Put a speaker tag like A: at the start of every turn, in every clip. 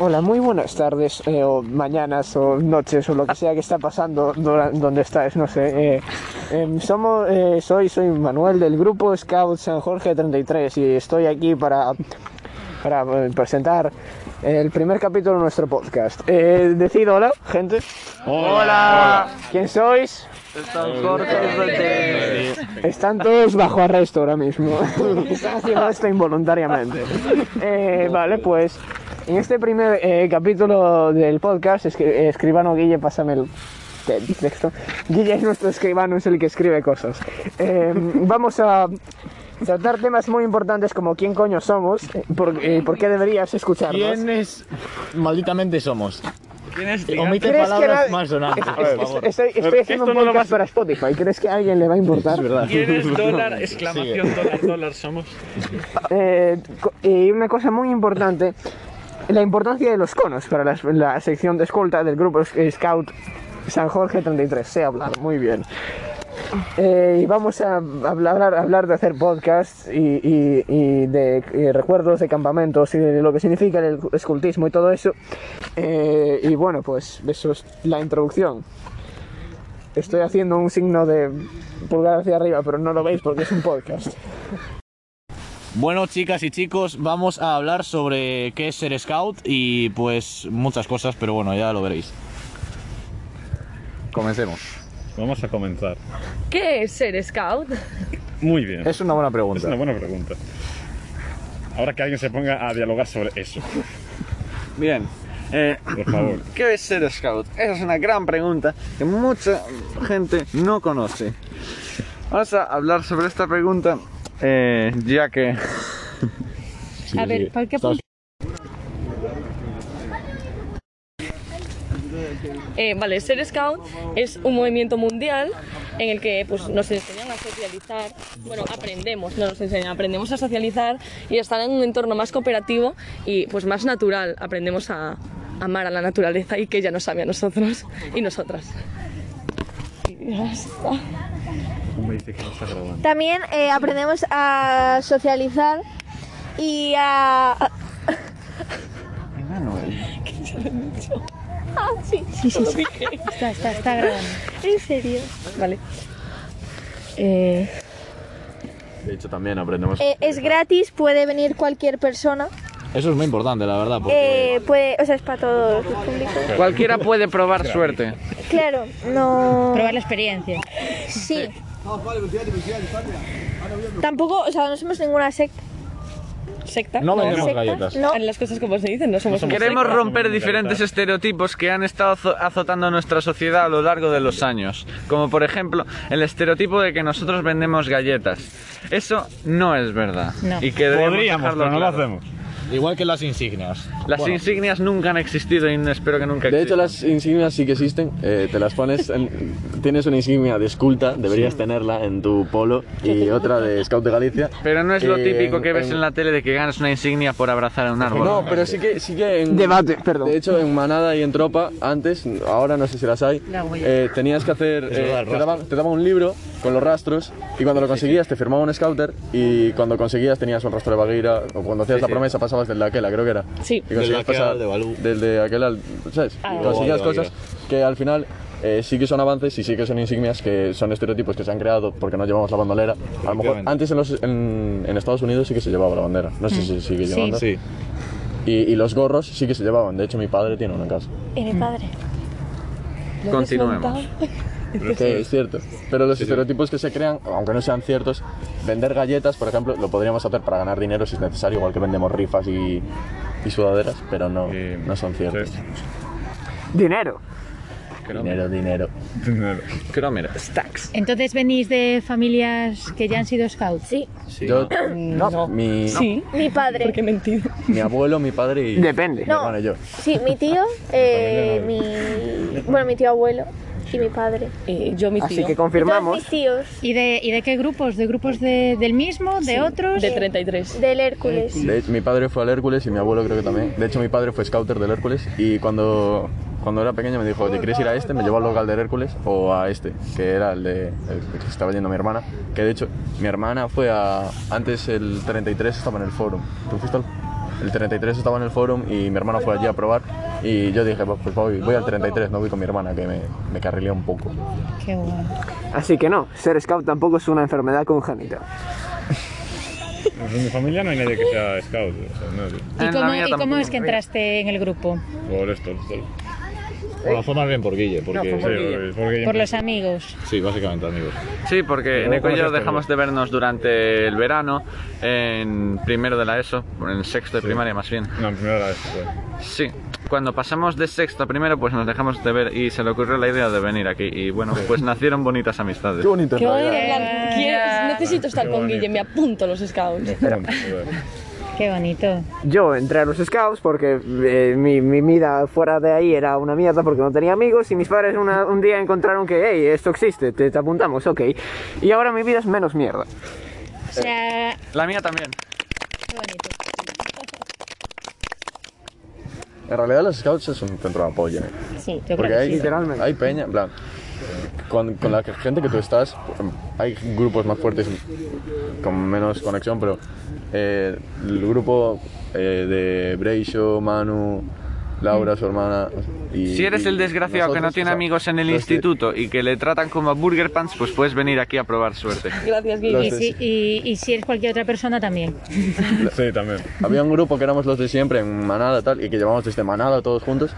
A: Hola, muy buenas tardes, eh, o mañanas, o noches, o lo que sea que está pasando dura- donde estáis, no sé. eh, em, somos, eh, soy, soy Manuel del grupo Scout San Jorge 33 y estoy aquí para, para eh, presentar el primer capítulo de nuestro podcast. Eh, decid hola, gente.
B: Hola,
A: ¿Quién sois?
B: San Jorge
A: Están todos bajo arresto ahora mismo. Están haciendo esto involuntariamente. Eh, vale, pues en este primer eh, capítulo del podcast, escri- eh, escribano Guille, pásame el te- texto. Guille es nuestro escribano, es el que escribe cosas. Eh, vamos a tratar temas muy importantes como quién coño somos, eh, por, eh, por qué deberías escucharnos.
C: ¿Quiénes malditamente somos? Omite
A: ¿Crees que
C: palabras
A: na-
C: más sonantes,
A: Es-
C: por
A: es-
C: favor.
A: Estoy, estoy haciendo un podcast para Spotify. ¿Crees que a alguien le va a importar?
C: Es verdad.
B: ¿Quién es dólar?
C: Exclamación,
B: Exclamación, dólar, dólar somos.
A: Eh, co- y una cosa muy importante, la importancia de los conos para las- la, sección de escolta del grupo S- Scout San Jorge 33. Sé hablar, muy bien. Eh, y vamos a hablar, hablar de hacer podcasts y, y- y de eh, recuerdos de campamentos y de lo que significa el escultismo y todo eso. Eh, y bueno, pues eso es la introducción. Estoy haciendo un signo de pulgar hacia arriba, pero no lo veis porque es un podcast.
C: Bueno, chicas y chicos, vamos a hablar sobre qué es ser scout y pues muchas cosas, pero bueno, ya lo veréis. Comencemos.
B: Vamos a comenzar.
D: ¿Qué es ser scout?
B: Muy bien.
C: Es una buena
B: Es
C: pregunta.
B: una buena pregunta. Ahora que alguien se ponga a dialogar sobre eso,
E: Bien. Eh,
B: por favor.
E: ¿Qué es ser scout? Esa es una gran pregunta que mucha gente no conoce. Vamos a hablar sobre esta pregunta, eh, ya que
D: a ver, ¿para qué
C: Estás-
D: Eh, vale, ser scout es un movimiento mundial en el que pues, nos enseñan a socializar, bueno, aprendemos, no nos enseñan, aprendemos a socializar y a estar en un entorno más cooperativo y pues más natural, aprendemos a amar a la naturaleza y que ella nos ame a nosotros y nosotras. Y ya está.
F: También eh, aprendemos a socializar y a... a- Ah, sí, sí, sí, sí.
D: Está, está, está grabando.
F: En serio.
D: Vale. Eh,
G: De hecho, también aprendemos.
F: Eh, es gratis, puede venir cualquier persona.
C: Eso es muy importante, la verdad. Porque...
F: Eh, puede, o sea, es para todo el público.
E: cualquiera puede probar suerte.
F: Claro, no.
H: probar la experiencia.
F: Sí. Tampoco, o sea, no somos ninguna secta.
D: secta.
C: No vendemos
F: secta,
C: galletas.
F: No.
D: En las cosas como se dicen, no somos una
E: Queremos
D: secta.
E: romper diferentes estereotipos que han estado azo- azotando nuestra sociedad a lo largo de los años, como por ejemplo el estereotipo de que nosotros vendemos galletas. Eso no es verdad.
H: No.
E: Y que debemos
B: Podríamos,
E: dejarlo
B: pero no lo
E: claro.
B: hacemos.
C: Igual que las insignias.
E: Las
C: Bueno,
E: insignias nunca han existido y espero que nunca
G: De hecho,
E: existan.
G: las insignias sí que existen. eh, te las pones. en- tienes una insignia de esculta, deberías tenerla en tu polo, y otra de Scout de Galicia.
E: Pero no es lo
G: Eh,
E: típico que
G: en-
E: ves en la tele de que ganas una insignia por abrazar a un árbol.
G: No, pero sí que, sí que en.
A: Debate, perdón.
G: De hecho, en manada y en tropa, antes, ahora no sé si las hay, eh, tenías que hacer. eh,
C: verdad, el
G: te, daban, te daban un libro con los rastros y cuando lo conseguías te firmaba un scouter y cuando conseguías tenías un rastro de bagueira o cuando hacías la promesa pasabas del de aquela, creo que era.
D: Sí.
G: Y conseguías
C: Del de aquel
G: pasar
C: al de Balú.
G: Del de aquel al. ¿Sabes?
D: Ah,
G: Y
D: vale.
G: conseguías
C: Vale,
G: cosas que al final. eh, sí que son avances y sí que son insignias que son estereotipos que se han creado porque no llevamos la bandolera. A lo mejor
C: Efectivamente.
G: antes en, los, en, en Estados Unidos sí que se llevaba la bandera. No sé si
D: Mm.
G: sigue llevando.
C: Sí.
G: Y, y los gorros sí que se llevaban. De hecho, mi padre tiene uno en casa.
F: Y mi padre.
E: Continuemos.
G: Sí, es cierto. Pero los estereotipos que se crean, aunque no sean ciertos, vender galletas, por ejemplo, lo podríamos hacer para ganar dinero si es necesario, igual que vendemos rifas y, y sudaderas, pero no,
B: Eh,
G: no son ciertos.
B: sí.
A: Dinero.
G: Dinero, dinero.
E: Cromera, Stacks.
D: Eh,
H: Entonces venís de familias que ya han sido scouts.
F: Sí.
G: Yo,
D: No.
G: mi,
D: Sí,
F: Mi padre.
D: porque he mentido.
G: mi abuelo, mi padre y
A: Depende.
G: mi
F: No.
G: hermano y yo.
F: Sí, mi tío, eh, mi. Bueno, mi tío abuelo y mi padre.
D: Eh, yo mi tío.
A: Así que
F: Todos
A: confirmamos.
F: mis tíos
H: ¿Y de, ¿Y de qué grupos? ¿De grupos de- del mismo? ¿De
D: Sí,
H: otros?
D: De 33.
F: del Hércules.
G: De hecho, mi padre fue al Hércules y mi abuelo creo que también. De hecho, mi padre fue scouter del Hércules y cuando, cuando era pequeño me dijo, ¿te quieres ir a este? Me llevó al local del Hércules o a este, que era el, de, el que estaba yendo mi hermana. Que de hecho, mi hermana fue a... Antes el 33 estaba en el Forum. ¿Tú fuiste al...? El 33 estaba en el forum y mi hermana fue allí a probar y yo dije, "Va, pues voy, voy al 33, no voy con mi hermana, que me, me carrilea un poco.
H: Qué bueno.
A: Así que no, ser scout tampoco es una enfermedad congénita.
B: En mi familia no hay nadie que sea scout, o sea, nadie.
H: ¿Y
E: En la
H: cómo,
E: mía
H: y cómo
E: tampoco.
H: es que entraste en el grupo?
B: Por esto, esto.
C: Bueno, fue más bien por Guille, porque...
B: Sí, porque- porque yo
H: Por
B: empecé-
H: los amigos.
C: Sí, básicamente, amigos.
E: Sí, porque
B: Luego
E: Neko y yo
B: conoces por
E: dejamos de vernos durante el verano, en primero de la ESO, en sexto de primaria más bien.
B: No, en primera vez. fue.
E: Sí, cuando pasamos de sexto a primero, pues nos dejamos de ver y se le ocurrió la idea de venir aquí. Y bueno, pues nacieron bonitas amistades.
G: Qué bonito es
D: Qué bonito,
G: Navidad.
D: en plan,
H: Vaya.
D: quiero- necesito estar
B: Qué
D: con
B: bonito.
D: Guille, me apunto a los scouts.
G: Eh,
H: Qué bonito.
A: Yo entré a los scouts porque eh, mi, mi vida fuera de ahí era una mierda porque no tenía amigos y mis padres una- un día encontraron que, hey, esto existe, te, te apuntamos, ok. Y ahora mi vida es menos mierda.
H: O sea,
E: La mía también.
H: qué bonito.
G: En realidad los scouts es un centro de apoyo. ¿eh?
H: Sí,
G: Porque
H: yo creo que
G: hay,
H: sí.
A: Literalmente.
G: hay peña, en plan, con, con la que- gente que tú estás, hay grupos más fuertes con menos conexión, pero eh, el grupo eh, de Breisho, Manu, Laura, su hermana... Y,
E: Si eres
G: y
E: el desgraciado que no
G: nosotros, o
E: tiene
G: sea,
E: amigos en el
G: los que-
E: instituto y que le tratan como a Burger Pants, pues puedes venir aquí a probar suerte.
D: Gracias, Guille.
G: Los
H: Y si, y, y si eres cualquier otra persona también.
B: Sí, también.
G: Había un grupo que éramos los de siempre en Manada tal y que llevamos desde Manada todos juntos,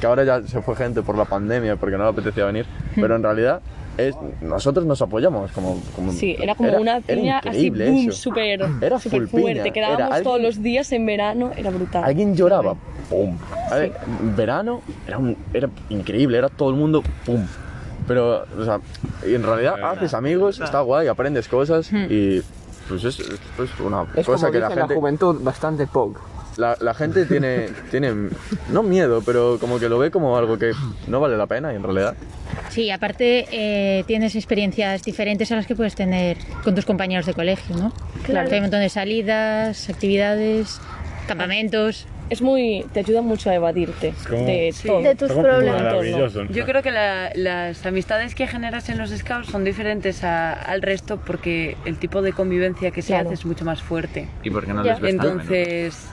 G: que ahora ya se fue gente por la pandemia porque no le apetecía venir, pero en realidad es, nosotros nos apoyamos como, como
D: Sí, era como una
G: era
D: piña así,
G: increíble
D: boom,
G: eso.
D: súper
G: Era
D: súper
G: full
D: fuerte.
G: piña,
D: Quedábamos
G: era
D: todos
G: alguien-
D: los días en verano, era brutal.
G: Alguien lloraba, pum. A ver, verano era, un- era increíble, era todo el mundo, pum. Pero, o sea, y en realidad haces amigos, está guay, aprendes cosas y pues es, es, pues, una
A: Es
G: cosa
A: como
G: que
A: dice
G: la gente...
A: juventud bastante poco.
G: La, la gente tiene, tiene, no miedo, pero como que lo ve como algo que no vale la pena y en realidad.
H: Sí, aparte eh, tienes experiencias diferentes a las que puedes tener con tus compañeros de colegio, ¿no? Claro. que hay un montón de salidas, actividades, campamentos.
D: Es muy. te ayuda mucho a evadirte
B: como-
D: de
I: Sí.
D: todo.
F: De tus
B: Fue
F: problemas.
B: Maravilloso.
I: Yo creo que la- las amistades que generas en los scouts son diferentes a- al resto porque el tipo de convivencia que se
D: Claro.
I: hace es mucho más fuerte.
E: Y porque no
D: Ya.
E: les ves tan a menudo.
I: Entonces,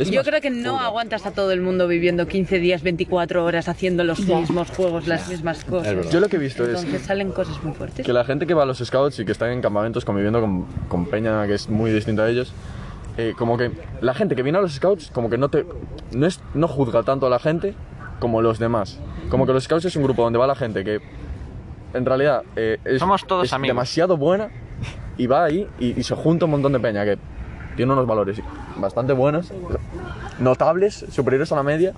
G: Es
I: yo
G: más
I: creo que no
G: puro.
I: aguantas a todo el mundo viviendo 15 días, 24 horas haciendo los
D: Ya.
I: mismos juegos, las mismas
C: Es
I: cosas.
C: verdad.
G: Yo lo que he visto es
I: Entonces salen cosas muy fuertes.
H: Este.
G: que la gente que va a los scouts y que están en campamentos conviviendo con, con peña que es muy distinta a ellos, eh, como que la gente que viene a los scouts como que no te no, es, no juzga tanto a la gente como los demás. Como que los scouts es un grupo donde va la gente que en realidad eh, es,
E: Somos todos
G: es
E: amigos.
G: demasiado buena y va ahí y, y se junta un montón de peña que tiene unos valores bastante buenos, notables, superiores a la media.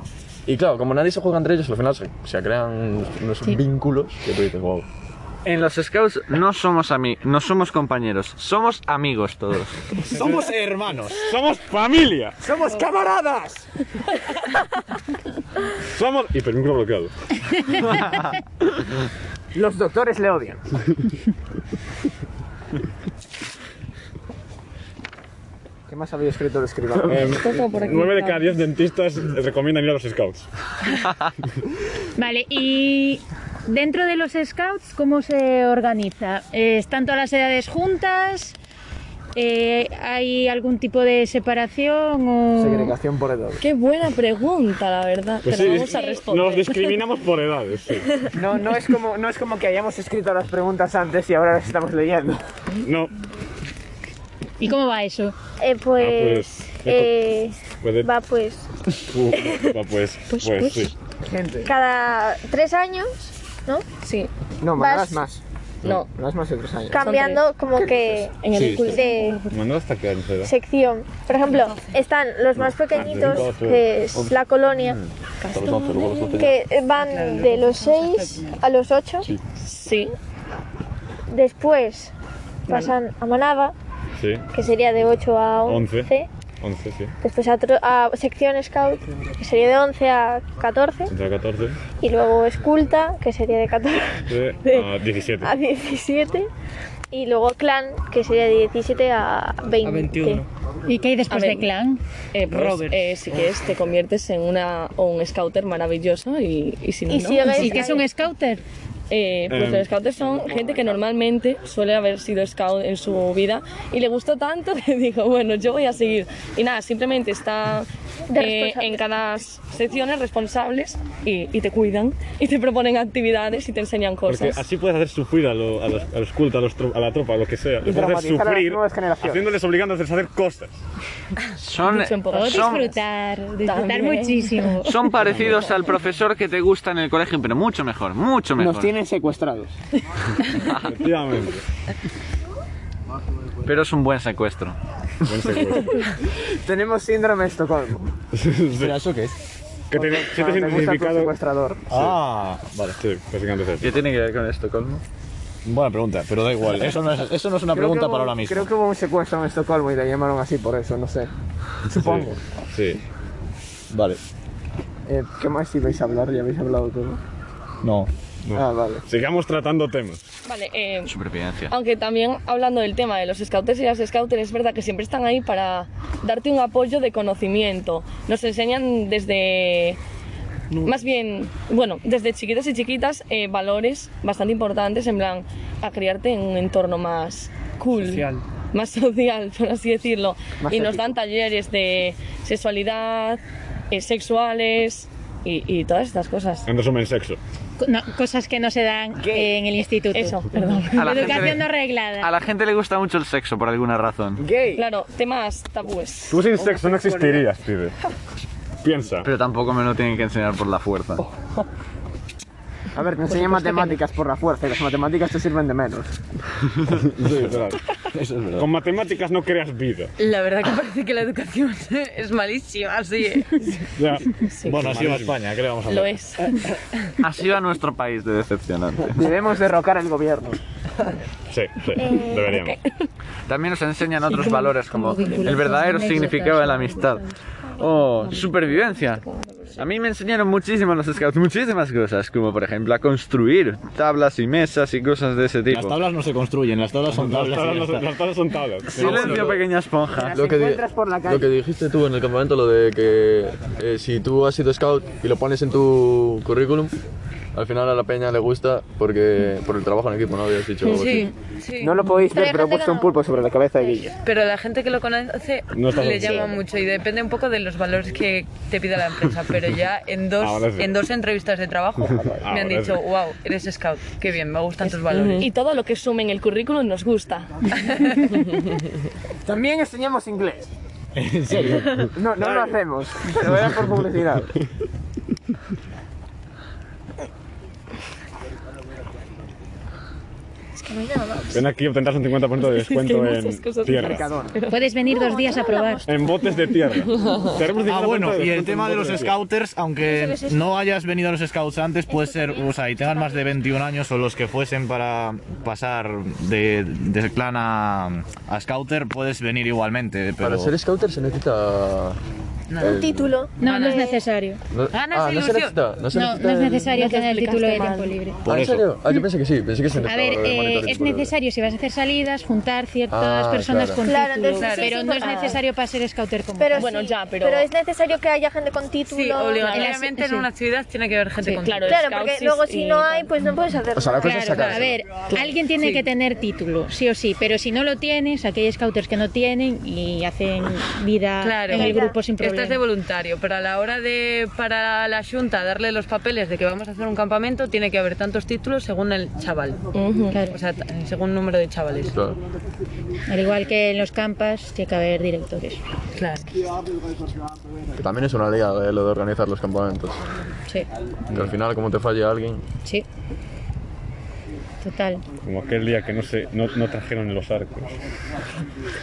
G: Y claro, como nadie se juega entre ellos, al final se, se crean unos, unos vínculos que tú dices, wow.
E: En los scouts no somos ami no somos compañeros, somos amigos todos.
C: Somos hermanos.
B: ¡Somos familia!
A: ¡Somos camaradas!
B: ¡Somos! Hipermicro bloqueado.
A: Los doctores le odian. ¿Qué más había escrito el escribano?
B: Eh,
D: Poco por aquí,
B: Nueve de
D: claro.
B: cada diez dentistas recomiendan ir a los scouts.
H: Vale, y dentro de los scouts, ¿cómo se organiza? Eh, ¿Están todas las edades juntas? Eh, ¿Hay algún tipo de separación?
A: Mm.
H: O...
A: Segregación por edad.
D: Qué buena pregunta, la verdad.
B: Pues
D: Pero
B: sí,
D: vamos a responder.
B: nos discriminamos por edades. sí.
A: No, no es como, no es como que hayamos escrito las preguntas antes y ahora las estamos leyendo.
B: No,
H: ¿Y cómo va eso?
F: Eh, pues,
B: pues,
F: eh,
B: puede-
F: va pues
B: Uh, va, pues, pues, sí.
A: Gente.
F: cada tres años, ¿no?
D: Sí,
A: No, mandarás
F: Vas-
A: más.
D: no.
A: Mandarás más de tres años.
F: Cambiando como que
D: En el
B: Sí,
D: curso.
F: de
B: Mandar hasta qué año se da.
F: sección. Por ejemplo, están los más pequeñitos, que es la colonia,
G: Hasta los 11, luego los 12 ya.
F: que van de los 6 a los 8.
D: Sí,
F: Después pasan a manada,
B: Sí,
F: que sería de 8 a
B: Once.
F: 11.
B: 11, sí.
F: Después a, tro- a sección scout, que sería de 11 a 14.
B: Entre 14
F: Y luego esculta, que sería de 14
B: a 17.
D: Ah,
F: a 17. Y luego clan, que sería de 17 a 20.
H: ¿Y qué hay después
D: A
H: de
D: ver.
H: clan?
D: eh, pues,
I: Robert.
D: eh, si quieres, te conviertes en una, o un scouter maravilloso y, y si no,
F: Y
D: no.
F: sigues
H: ¿Y qué es un scouter?
D: eh, pues
B: Em.
D: los scouts son gente que normalmente suele haber sido scout en su vida y le gustó tanto que dijo, bueno, yo voy a seguir. Y nada, simplemente está
F: De
D: eh,
F: responsable.
D: en cada sección responsables y, y te cuidan y te proponen actividades y te enseñan
B: Porque
D: cosas.
B: así puedes hacer sufrir a, lo- a los, a los cultos, a, los tro- a la tropa, a lo que sea. Los puedes hacer
A: traumatizar a las
B: sufrir
A: nuevas generaciones.
B: haciéndoles obligándoles a hacer cosas.
E: Son,
D: Dicho en
H: O
D: pocas
E: son-
H: disfrutar, disfrutar
D: También.
H: muchísimo.
E: son parecidos al profesor que te gusta en el colegio, pero mucho mejor, mucho mejor.
A: Nos tienen secuestrados.
B: Efectivamente.
E: Pero es un buen secuestro.
B: Buen seguro.
A: Tenemos síndrome de Estocolmo.
C: ¿Pero eso qué es?
B: que te,
A: Cuando te
B: sientes
A: gusta tu
B: identificado.
A: secuestrador.
C: Ah, vale.
B: Sí, básicamente es eso.
E: ¿Qué tiene que ver con
C: este
E: Estocolmo?
C: Buena pregunta, pero da igual. Eso no es, eso no es una
A: Creo que
C: pregunta
A: hubo-
C: para ahora mismo.
A: Creo que hubo un secuestro en Estocolmo y le llamaron así por eso, no sé. Supongo.
B: Sí.
C: Vale.
A: Eh, ¿Qué más ibais a hablar? Ya habéis hablado todo.
C: No.
A: Ah, vale.
B: Sigamos tratando temas.
D: Vale, eh,
E: Supervivencia.
D: Aunque también hablando del tema de los scouters y las scouters, es verdad que siempre están ahí para darte un apoyo de conocimiento. Nos enseñan desde. Más bien, bueno, desde chiquitos y chiquitas, eh, valores bastante importantes, en plan, a criarte en un entorno más cool. Más social, por así decirlo.
A: Más
D: y nos
A: ético.
D: dan talleres de sexualidad, eh, sexuales y, y todas estas cosas.
B: En resumen, sexo.
H: Co- no, cosas que no se dan en el instituto.
D: Eso, perdón.
E: A la gente
H: Educación
E: le-
H: no arreglada.
E: A la gente le gusta mucho el sexo por alguna razón.
A: Gay.
D: Claro, temas tabúes.
B: Tú sin sexo Pues
D: Oh,
B: no existirías, pibe. Piensa.
E: Pero tampoco me lo tienen que enseñar por la fuerza.
A: A ver, te enseñan matemáticas por la fuerza y las matemáticas te sirven de menos.
B: Sí, claro.
C: Eso es verdad.
B: Con matemáticas no creas vida.
I: La verdad que parece que la educación es malísima, eh. así es.
B: Ya.
C: Bueno, así va España, creo que vamos a
D: Lo
C: hablar.
D: es.
E: Ha sido a nuestro país de decepcionante.
A: Debemos derrocar el gobierno.
B: Sí, sí.
D: Eh,
B: Deberíamos.
E: También nos enseñan otros valores como el verdadero significado de la amistad o supervivencia. A mí me enseñaron muchísimo los scouts, muchísimas cosas, como por ejemplo a construir tablas y mesas y cosas de ese
C: Las
E: tipo.
C: tablas no se construyen, las tablas son
B: Las
C: tablas. y ya
B: tablas, no son-
C: está.
B: las tablas son tablas.
E: Silencio, pequeña esponja.
G: Lo que, di-
A: encuentras por la
G: lo
A: calle.
G: que dijiste tú en el campamento, lo de que eh, si tú has sido scout y lo pones en tu currículum, al final a la peña le gusta porque por el trabajo en equipo, ¿no? Habías dicho. algo así.
I: Sí, sí.
A: No lo podéis ver,
F: Hay
A: pero he
F: gente
A: puesto
F: que
A: un
F: no.
A: pulpo sobre la cabeza de Guille.
I: Pero la gente que lo conoce
B: No está
I: le
B: convencida.
I: llama mucho y depende un poco de los valores que te pida la empresa. Pero ya en dos,
B: Ahora sí.
I: en dos entrevistas de trabajo me
B: Ahora
I: han dicho,
B: sí.
I: wow, eres scout, qué bien, me gustan tus valores.
D: Y todo lo que sume en el currículum nos gusta.
A: También enseñamos inglés. ¿En serio? No, no lo hacemos. Pero era por publicidad.
B: Ven aquí y obtendrás un 50% de descuento
D: hay muchas
B: en
D: cosas
B: tierra.
A: Mercadona.
H: Puedes venir dos días a probar.
B: En botes de tierra. Tenemos
C: Ah,
B: 50%
C: bueno, y el
B: descuento
C: tema
B: en
C: de los
B: botes tierra.
C: scouters, aunque no hayas venido a los scouts antes, puede ser, o sea, y tengas más de 21 años o los que fuesen para pasar de, de clan a, a scouter, puedes venir igualmente, pero...
G: Para ser scouter se necesita.
F: Un título.
H: No, no es
F: Eh,
H: necesario.
G: No,
I: Ganas
G: ah,
I: e
G: no se
I: ilusión.
G: necesita. No, se
H: No,
G: necesita
H: no es
G: el-
H: necesario
D: No te
H: tener el título de
D: explicaste
H: tiempo libre.
G: Ah,
C: Por
G: ¿En
C: eso.
G: serio? Ah, yo pensé que sí, pensé que se
H: A
G: necesitaba
H: ver,
G: lo de
H: eh,
G: monitor y
H: es
G: tiempo libre.
H: necesario si vas a hacer salidas juntar ciertas
G: Ah,
H: personas
G: claro.
H: con
F: Claro,
H: título,
F: entonces sí,
H: pero
F: sí,
H: no es
F: ah.
H: necesario para ser scouter como
F: Pero
H: tal.
D: Bueno,
F: sí,
D: ya, pero-
F: es necesario que haya gente con título.
I: Sí,
H: en
I: obligatoriamente
H: las-
I: en una actividad tiene que haber gente
D: Sí,
I: con
D: claro,
I: título.
F: Claro, porque
D: Scouts
F: luego
D: y-
F: si no hay, pues no puedes hacer
G: O sea, la
F: nada.
G: cosa es
H: Claro,
G: sacar.
H: a ver, alguien tiene que tener título, sí o sí, pero si no lo tienes, aquellos scouters que no tienen y hacen vida
I: Claro,
H: en el grupo sin problema.
I: estás de voluntario, pero a la hora de para la Junta darle los papeles de que vamos a hacer un campamento tiene que haber tantos títulos según el chaval,
H: Claro,
I: o sea, t- según número de chavales.
G: Claro.
H: al igual que en los campas tiene que haber directores.
I: Claro.
G: Que también es una liga eh, lo de organizar los campamentos.
H: Sí,
G: Que al final, como te falle alguien.
H: sí. Total.
B: Como aquel día que no, se, no, no trajeron los arcos.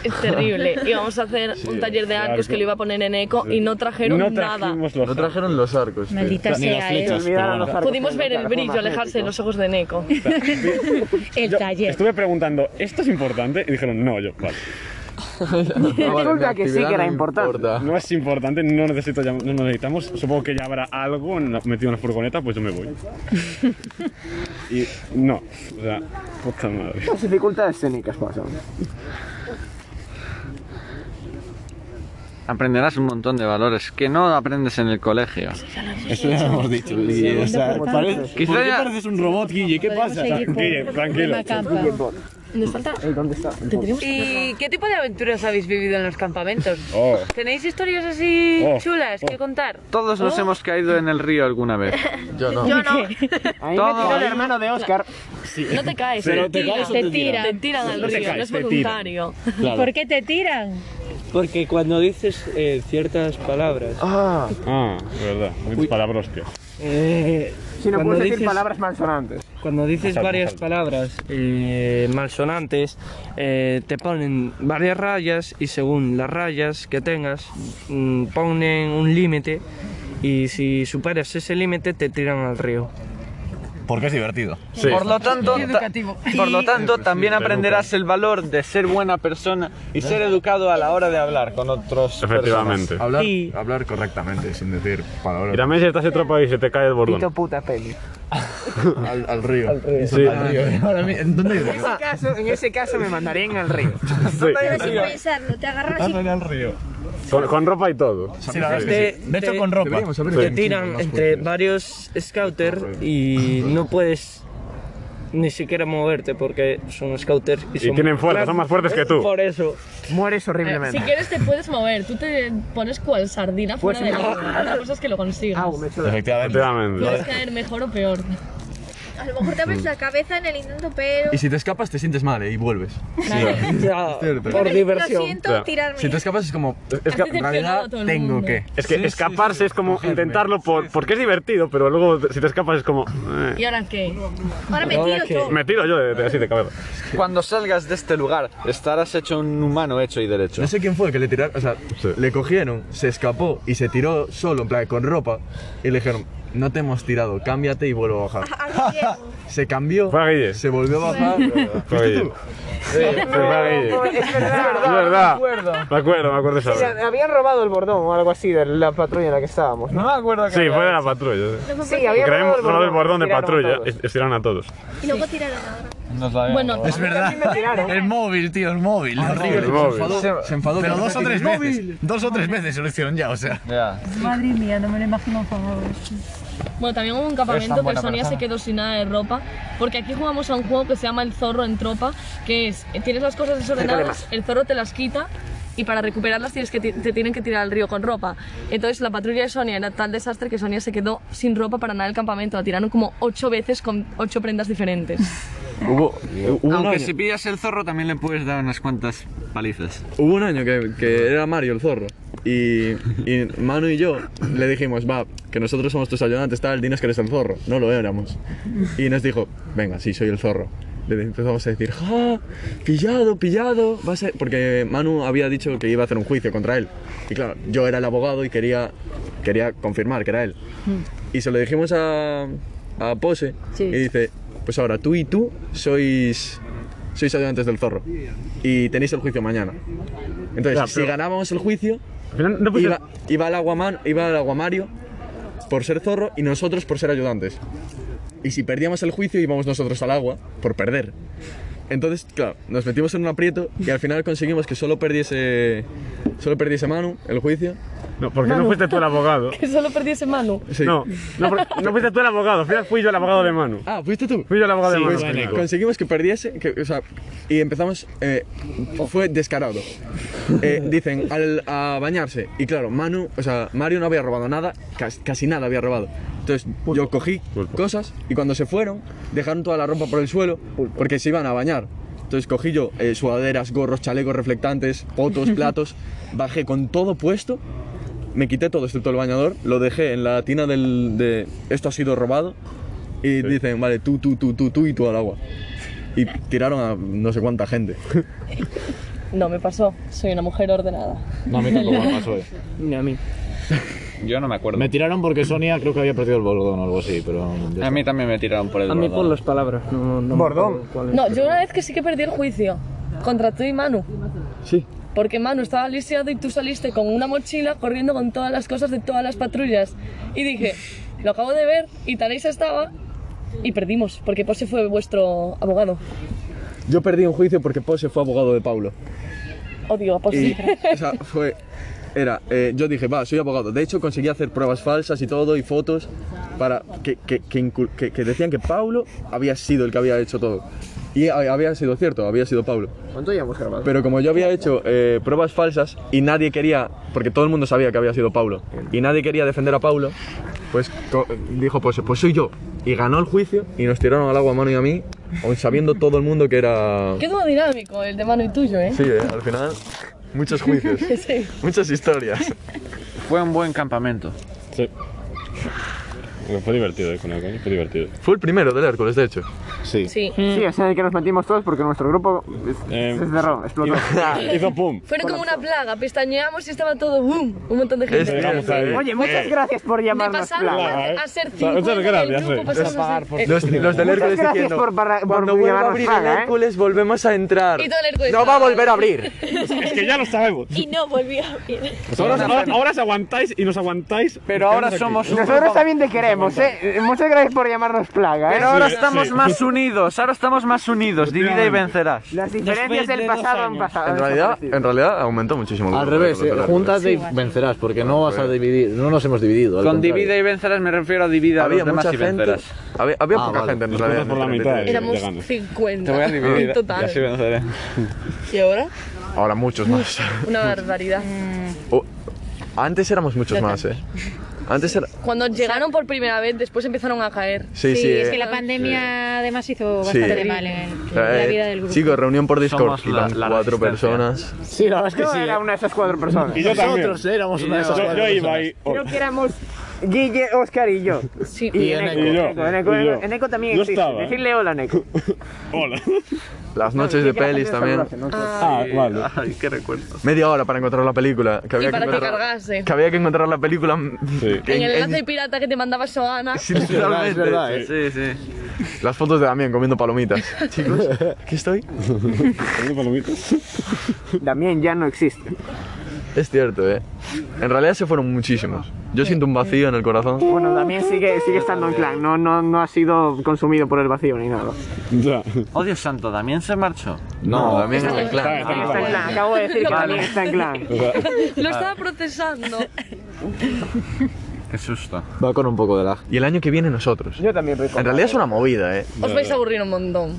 D: Es terrible. Íbamos a hacer un taller de
B: claro,
D: arcos que
B: que-
D: lo iba a poner en eco y no trajeron
B: no
D: nada.
B: trajimos
G: No
B: los
G: trajeron los arcos. tío.
H: Maldita
C: Ni las
H: sea, ¿eh?
C: flechas, pero
A: Olvidaron los
C: bueno.
A: arcos
D: Pudimos
A: en
D: ver
A: la
D: el
A: cara,
D: brillo
A: fue
D: alejarse de los
A: magnífico.
D: ojos de Neko.
H: el
B: Yo
H: taller.
B: Estuve preguntando, ¿esto es importante? Y dijeron, no, yo, vale.
G: Ah, vale, mi
A: Resulta que sí
G: actividad
A: que era
G: no
A: importante.
G: importa.
B: No es importante, no necesito, llam- no necesitamos. Supongo que ya habrá algo en la- metido en la furgoneta, pues yo me voy. y no, o sea, puta madre.
A: Las dificultades escénicas pasan.
E: aprenderás un montón de valores que no aprendes en el colegio.
G: Eso ya lo hemos dicho, Guille. O sea,
A: Segunda
G: pare-
A: parte.
G: ¿Por qué
E: Quizá ya-
G: pareces un robot, Guille? ¿Qué
H: Podemos
G: pasa?
H: seguir por
B: Guille, tranquilo.
H: tema campa.
A: Guille Bot.
D: Nos falta.
A: Ey, ¿Dónde está?
D: Tendríamos
I: ¿Y qué tipo de aventuras habéis vivido en los campamentos?
B: Oh.
I: ¿Tenéis historias así
B: Oh.
I: chulas que contar?
E: Todos nos hemos caído en el río alguna vez.
J: Yo no.
D: Yo no.
A: Ahí me
E: Todo.
A: tiró el hermano de Oscar.
D: No te caes,
G: Pero
D: te,
G: te
D: tiran.
G: caes o
H: Te
G: te
H: tira.
G: tira.
D: Te tiran al
B: No te
D: río,
B: caes,
D: no es
B: te tiran.
D: voluntario.
G: Claro.
H: ¿Por qué te tiran?
K: Porque cuando dices eh, ciertas palabras,
J: Ah,
B: Ah, es verdad. Muchas palabras, tío.
K: eh,
A: Si no
K: Cuando
A: puedes decir
K: dices-
A: palabras malsonantes.
K: cuando dices
B: Salta,
K: varias
B: salta.
K: palabras eh, malsonantes, eh, te ponen varias rayas y según las rayas que tengas, mm, ponen un límite y si superas ese límite te tiran al río.
L: Porque es divertido.
J: sí.
E: Por lo tanto, ta- por lo tanto también aprenderás el valor de ser buena persona y ser educado a la hora de hablar con otros.
B: Efectivamente.
J: Hablar,
K: Y-
J: hablar correctamente, sin decir palabras.
B: Y también si estás en tropa y se te cae el
A: Pito
B: bordón.
A: puta peli.
J: Al, al río. ¿eh?
B: Sí,
A: En
K: Ah.
A: ese caso, en ese caso me mandarían al río.
B: sí.
F: sin pensarlo, te agarras y
B: Con, con ropa y todo.
K: Te-
L: De hecho,
K: te-
L: con ropa.
J: Deberíamos saber
K: Te
J: quién tiene
K: tiran
J: más
K: entre
J: fuertes.
K: varios scouters y no puedes ni siquiera moverte porque son scouters y, son-
B: tienen fuerza, son más fuertes que tú.
K: Por eso.
A: Mueres
D: Eh, Si
A: horriblemente.
D: quieres te puedes mover, tú te pones cual sardina fuera
A: Pues
D: del agua. Otra cosa es que lo consigas.
A: Au, me suda.
L: Efectivamente.
B: Efectivamente.
D: Puedes caer mejor o peor.
F: a lo mejor te abres la cabeza en el intento, pero.
G: Y si te escapas, te sientes mal ¿eh? y vuelves.
K: Ya,
G: cierto.
K: por
F: Lo
K: diversión.
F: siento,
B: Claro.
F: tirarme.
G: Si te escapas, es como.
B: Es que,
D: Has decepcionado a todo el
G: Tengo
D: mundo.
G: que.
B: es que
G: Sí, sí,
B: escaparse
G: sí,
B: es como
G: cogerme.
B: intentarlo por, porque es divertido, pero luego si te escapas es como... eh,
D: ¿Y ahora qué?
F: Ahora me
K: Ahora
F: tiro
K: que-
F: yo.
B: me tiro yo de, de- así de cabeza.
E: Cuando salgas de este lugar, estarás hecho un humano hecho y derecho.
G: No sé quién fue que le tiraron, o sea,
B: Sí.
G: le cogieron, se escapó y se tiró solo, en plan, con ropa. Y le dijeron, no te hemos tirado, cámbiate y vuelvo a bajar.
F: Al pie.
G: Se cambió,
B: Fue a Guille.
G: se volvió a bajar.
B: Fue a Guille. Fue a Guille.
A: Es verdad.
B: Es verdad. Me acuerdo, me acuerdo de esa vez.
A: Mira, Habían robado el bordón o algo así de la patrulla en la que estábamos. ¿no?
E: me acuerdo que
B: Sí, fue de la patrulla. sí.
A: Sí, habían
B: Creemos
A: robado
B: robado el bordón de
A: Tiraron a
B: patrulla.
A: todos.
B: es- Estiraron a todos.
F: Y luego tiraron ahora.
D: Bueno,
L: Es verdad.
A: me tiraron.
L: El móvil, tío, el móvil. horrible.
B: El móvil.
G: Se, se enfadó.
L: Pero
G: con
L: dos o
G: Rosa y
L: tres
G: dijo,
L: veces. Dos o tres veces se lo hicieron ya, o sea.
H: Madre mía, no me lo imagino enfadado.
D: Bueno, también hubo un campamento que Sonia se quedó sin nada de ropa, porque aquí jugamos a un juego que se llama el zorro en tropa, que es, eh, tienes las cosas desordenadas, el zorro te las quita y para recuperarlas tienes que ti- te tienen que tirar al río con ropa. Entonces la patrulla de Sonia era tal desastre que Sonia se quedó sin ropa para nada del campamento, la tiraron como ocho veces con ocho prendas diferentes.
J: Hubo, hubo un
E: Aunque
J: año,
E: si pillas el zorro también le puedes dar unas cuantas palizas.
G: hubo un año que, que era Mario el zorro. Y, y Manu y yo le dijimos, va, que nosotros somos tus ayudantes, tal, dinos que eres el zorro. No lo éramos. Y nos dijo, venga, sí, soy el zorro. Le empezamos a decir, ¡ah! Pillado, pillado. Va a ser... Porque Manu había dicho que iba a hacer un juicio contra él. Y claro, yo era el abogado y quería, quería confirmar que era él. Y se lo dijimos a, a Pose. Y dice, pues ahora tú y tú sois, sois ayudantes del zorro. Y tenéis el juicio mañana. Entonces,
B: Ya,
G: si
B: pero- Pues
G: ganábamos el juicio,
B: Al final no puse...
G: iba, iba, el aguaman, iba el aguamario por ser zorro y nosotros por ser ayudantes. Y si perdíamos el juicio, íbamos nosotros al agua por perder. Entonces, claro, nos metimos en un aprieto y al final conseguimos que solo perdiese, solo perdiese Manu el juicio.
B: No, porque no fuiste tú el abogado.
D: Que solo perdiese mano.
G: Sí.
B: No, no, porque- no fuiste tú el abogado. Al final fui yo el abogado de Manu.
G: Ah, ¿fuiste tú?
B: Fui yo el abogado de Manu. al
G: Bueno,
B: final.
G: conseguimos que perdiese, que, o sea, y empezamos, eh, fue descarado. Eh, dicen, al, a bañarse, y claro, Manu, o sea, Mario no había robado nada, cas- casi nada había robado. Entonces yo cogí
B: Pulpo.
G: cosas y cuando se fueron, dejaron toda la ropa por el suelo porque se iban a bañar. Entonces cogí yo eh, sudaderas, gorros, chalecos reflectantes, potos, platos, bajé con todo puesto me quité todo excepto el bañador, lo dejé en la tina del, de esto ha sido robado y dicen, vale, tú, tú, tú, tú, tú y tú al agua. Y tiraron a no sé cuánta gente.
D: No me pasó, soy una mujer ordenada.
L: No, a mí tampoco me pasó. eh.
K: Ni a mí.
E: Yo no me acuerdo.
L: Me tiraron porque Sonia creo que había perdido el bordón o algo así, pero.
E: A mí también me tiraron por el
K: A mí por
E: bordón.
K: las palabras. No, no me
A: Bordón.
K: acuerdo cuál es.
D: No, yo una vez que sí que perdí el juicio contra tú y Manu.
G: Sí.
D: Porque Manu estaba lisiado y tú saliste con una mochila corriendo con todas las cosas de todas las patrullas. Y dije, lo acabo de ver y Tareis estaba y perdimos, porque Pose fue vuestro abogado.
G: Yo perdí un juicio porque Pose fue abogado de Paulo.
D: Oh, Odio a Pose.
G: Y, o sea, fue... era, eh, yo dije, va, soy abogado. De hecho, conseguí hacer pruebas falsas y todo, y fotos, para que, que, que incul- que- que decían que Paulo había sido el que había hecho todo. Y ha- había sido cierto, había sido Paulo.
A: ¿Cuánto llevamos grabado?
G: Pero como yo había hecho eh, pruebas falsas y nadie quería, porque todo el mundo sabía que había sido Paulo, y nadie quería defender a Paulo, pues co- dijo, pues, pues soy yo. Y ganó el juicio y nos tiraron al agua a mano y a mí, aun sabiendo todo el mundo que era...
D: Qué dúo dinámico el de mano y tuyo, ¿eh?
G: Sí, eh, al final, muchos juicios,
D: Sí.
G: muchas historias.
E: Fue un buen campamento.
B: Sí. Fue divertido, eh, con el coño, fue divertido.
G: Fue el primero del Hércules, de hecho.
B: Sí.
D: Sí.
A: Sí, es en el que nos metimos todos porque nuestro grupo
B: Eh,
A: se cerró, explotó.
B: Hizo pum.
D: Fueron como una plaga, pestañeamos y estaba todo boom, un montón de gente.
A: Oye,
B: eh,
A: muchas gracias por
D: De
A: llamarnos.
D: pasar
A: Plaga.
D: a ser
B: Muchas
D: 50 del
B: gracias,
D: grupo
B: eh.
D: pasamos de- eh,
G: Los, los del
A: Muchas
G: Hércules
A: gracias
G: diciendo,
A: por barra- por
G: cuando vuelva a
A: llamarnos
G: abrir
A: paga,
G: el
A: ¿eh?".
G: Hércules volvemos a entrar.
D: Y todo el Hércules
G: no va a
D: paga.
G: volver a abrir.
B: Es que ya lo sabemos.
M: Y no volví a abrir.
B: Ahora, ahora- ahora os aguantáis y nos aguantáis.
E: Pero ahora somos un
A: Nosotros también te queremos, ¿eh? Muchas gracias por llamarnos plaga, ¿eh?
E: Pero ahora estamos más unidos, ahora estamos más unidos. Divide y vencerás.
A: Las diferencias del pasado han pasado.
G: En realidad, en realidad aumentó muchísimo. el
N: Al
G: grupo de
N: revés, eh,
G: Hércules del
N: júntate y
G: Hércules.
N: vencerás, porque no vas a dividir, no nos hemos dividido. al
E: Con
N: contrario.
E: divide y vencerás me refiero a divida a
N: Había
E: los demás
N: mucha
E: y
N: gente.
E: vencerás.
G: Había, había
N: Ah,
G: poca
N: vale.
G: gente en
N: Nos
G: realidad.
N: juntas por la
G: en el
N: mitad,
G: 33.
D: Éramos 50.
E: Te voy a dividir
D: En total.
E: y así venceré.
D: ¿Y ahora?
G: Ahora muchos más.
D: Una barbaridad.
G: Oh, antes éramos muchos
D: Ya
G: más, eh. Antes era.
D: Cuando llegaron por primera vez, después empezaron a caer.
G: Sí, sí,
H: es
G: eh.
H: que la pandemia además hizo
G: Sí.
H: bastante mal en la
G: Eh,
H: vida del grupo.
G: Chicos, reunión por Discord.
E: Somos la-
G: Iban
E: la
G: cuatro
E: resistencia.
G: personas.
A: Sí, la verdad es que
N: Yo
A: sí.
B: eh.
N: era
A: una de esas cuatro personas.
B: Y yo también.
N: Nosotros éramos
B: Y
N: una de esas
B: yo-
N: cuatro
B: Yo iba ahí.
A: Creo que éramos Guille, Oscar y yo.
D: Sí.
A: Y,
N: Y
A: Eneco.
N: Eneco.
B: Y yo.
A: Eneco, Eneco,
B: Y yo.
A: Eneco, Eneco también
B: Yo
A: existe.
B: estaba. ¿eh?
A: Decirle hola, Eneco.
B: Hola.
G: Las noches de
A: Que la gente
G: pelis
A: se
G: también.
A: abrace, ¿no?
B: Ah, vale.
E: Ay, qué recuerdo.
G: Media hora para encontrar la película. Que había
D: Y para
G: que
D: que
G: encontrar...
D: cargase.
G: que había que encontrar la película.
B: Sí.
G: que
D: En el
G: en-
D: enlace pirata que te mandaba Soana.
G: Sí,
N: Es verdad, es
G: literalmente.
N: verdad, eh.
E: Sí, sí.
G: Las fotos de Damián comiendo palomitas. Chicos, ¿qué estoy?
B: Comiendo palomitas.
A: También ya no existe.
G: Es cierto, eh. En realidad se fueron muchísimos. Yo siento un vacío en el corazón.
A: Bueno, también sigue, sigue estando en clan. No, no, no ha sido consumido por el vacío ni nada.
B: Ya.
E: Oh, Dios santo, Damián se marchó.
G: No, Damián es
B: está-
G: del clan.
B: está-
A: Está en clan. Acabo de decir que también está en clan.
B: O sea,
D: Lo estaba procesando.
E: Qué susto.
N: Va con un poco de lag.
G: Y el año que viene nosotros.
A: Yo también
G: En realidad es una movida, eh.
D: Os vais a aburrir un montón.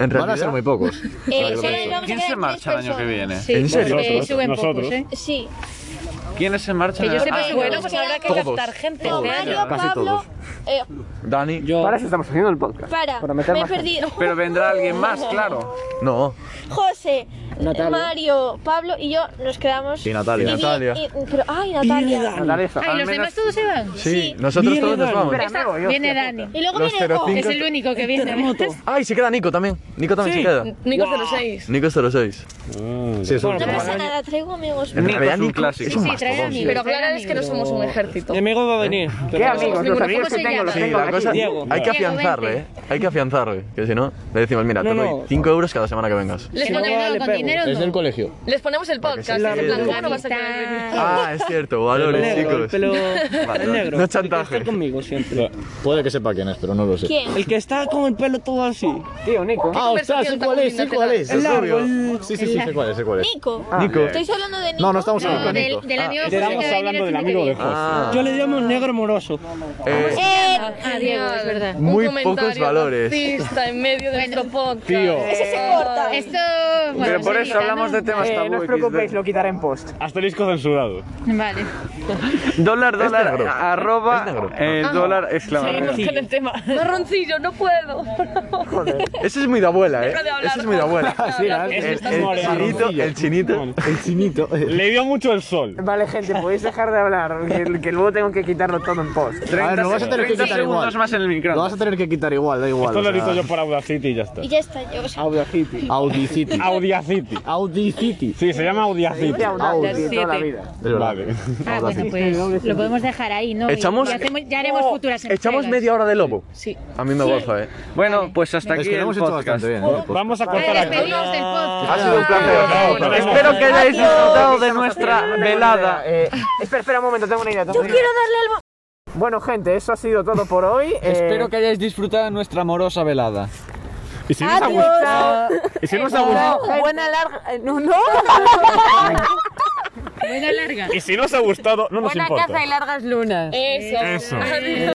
G: En
N: Van a
G: realidad
N: ser muy pocos.
M: Eh, solo ahí vamos a
E: ¿Quién
M: quedar
E: se marcha
M: tres
E: el año que
M: personas.
E: viene?
H: Sí,
G: ¿En serio?
H: porque
B: Nosotros,
H: suben
B: nosotros.
H: pocos, ¿eh?
M: Sí.
E: ¿Quiénes se marchan?
H: Que yo sepa,
E: Ah,
H: sí,
M: bueno,
H: bueno,
M: pues
H: pues
M: habrá que que
G: Todos.
M: captar
G: captar
M: gente.
G: Todos.
M: Mario,
G: Ya. Casi
M: Pablo,
G: todos.
M: eh,
G: Dani.
A: Para eso estamos haciendo el podcast.
M: para,
A: Para meter
M: me he
A: más gente.
M: perdido.
E: Pero vendrá alguien más, claro.
G: No.
M: José,
A: Natalia.
M: Mario, Pablo y yo nos quedamos.
N: Y Natalia.
M: di-
G: Natalia.
M: y- pero, ay, Natalia.
A: Natalia está.
H: Ah, ¿y los demás todos se van?
G: Sí, nosotros todos nos vamos.
A: Espera, me voy, hostia
H: Viene
A: puta.
H: Dani.
M: Y luego
G: Los
M: viene Jo.
G: 05.
H: Es el único que viene.
G: Ay, se queda Nico también. Nico también se queda.
D: Nico 06.
G: Nico 06.
B: Ah,
N: Sí, es un
M: No
N: tema.
M: pasa nada, traigo amigos.
G: En
E: Nico
G: realidad
E: es un
G: Nico
E: clásico.
G: es un
H: Sí, trae
G: mastodonte.
H: amigos.
D: Pero claro es que no somos un ejército.
K: Mi amigo va a venir.
A: ¿Qué
K: pero-
A: amigos? Los
D: ninguno.
A: amigos
D: ¿Cómo
A: que
D: se
A: tengo, los
D: llama?
G: Sí,
A: tengo
G: la
A: aquí.
G: cosa,
K: Diego.
G: hay que
H: Diego,
G: afianzarle,
H: vente.
G: ¿eh? Hay que afianzarle, que si no, le decimos, mira, te
K: No,
G: doy
K: no.
G: 5 euros cada semana que vengas.
D: Les
H: Si no
D: ponemos,
H: va, le
D: con
H: pego.
D: dinero
N: Es
D: no.
N: del colegio.
D: Les ponemos el podcast.
G: sí.
D: en plan, ¿Cómo no vas a
H: Organizar.
D: querer venir?
G: Ah, es cierto, valores,
K: negro, el
G: chicos.
K: pelo el negro.
G: No
K: el que
G: chantaje.
K: está conmigo siempre.
N: Puede que sepa quién es, pero no lo sé.
M: ¿Quién?
K: El que está con el pelo todo así.
A: Tío, Nico.
N: Ah, ostras, sé cuál es, sé cuál es.
K: El largo.
N: Sí, sí, sí, sé cuál es, sé cuál es.
M: Nico.
G: Nico.
M: Estáis hablando de Nico.
N: pues, No, no estamos
H: No,
N: hablando con
H: del,
N: Nico.
H: del amigo José que
B: Estábamos
H: va a venir
B: hablando
H: el
B: del
H: fin de
B: amigo de
H: que viene.
G: Ah,
K: Yo le llamo el negro moroso.
G: eh,
M: Eh,
H: Ah, Diego, es verdad.
G: Muy
D: un comentario
G: pocos valores.
D: racista en medio de nuestro podcast.
B: Tío.
M: ese se corta.
H: Esto. bueno,
E: Pero por
H: se
E: eso
H: quita,
E: hablamos
H: ¿no?
E: de temas
A: Eh, no
E: tabú.
A: os
E: XD.
A: preocupéis, lo quitaré en post.
B: Asterisco censurado.
H: Vale.
E: Dólar, dólar,
G: negro.
E: arroba,
G: Es negro.
E: eh, dólar, exclamación.
D: Seguimos con el tema. Marroncillo, no puedo.
G: Ese es muy de abuela, eh.
D: Deja de hablar.
G: Ese es muy de abuela.
N: Sí, ah,
G: El,
B: Ese
G: el
B: está moreno.
G: chinito, el chinito.
N: El chinito.
B: Le dio mucho el sol.
A: Vale, gente, podéis dejar de hablar, que, que luego tengo que quitarlo todo en post.
N: A ver, lo vas a tener que
E: 30
N: quitar
E: segundos
N: igual.
E: más en el
N: Lo
E: micrófono.
N: vas a tener que quitar igual, da igual.
B: Esto lo
N: o sea,
B: edito yo para Audacity y ya está.
M: Y ya está, yo. o sea,
A: Audacity.
N: Audicity.
B: Audacity.
N: Audicity.
B: Sí, se llama Audacity.
A: Dice Audacity
D: Audacity.
A: toda la vida.
B: Vale.
H: Ah, bueno, pues lo podemos dejar ahí, ¿no? Y-
G: Echamos-
H: y hacemos- ya haremos
G: Oh,
H: futuras
G: Echamos
H: entregas.
G: media hora de lobo.
D: Sí.
G: A mí me goza, eh.
E: Bueno, pues hasta
N: Es
E: aquí
N: que lo
E: el
N: hemos hecho
E: podcast.
N: bastante bien. ¿eh?
B: Vamos a
H: Vale,
B: cortar aquí.
H: despedimos del podcast.
G: Ha sido un placer.
B: Chao,
E: Espero que hayáis
M: Adiós.
E: disfrutado de nuestra velada.
A: Eh, espera, espera un momento, tengo una idea. tengo
M: Yo
A: una
M: quiero
A: idea.
M: darle al. bo-
A: Bueno, gente, eso ha sido todo por hoy. eh,
E: Espero que hayáis disfrutado de nuestra amorosa velada.
B: Y si nos ha gustado. Y si nos ha gustado.
M: Buena larga. eh, No, no.
H: Buena larga.
B: Y si no os ha gustado, no nos
I: Buena
B: importa.
I: caza y largas lunas.
D: Eso.
B: Eso.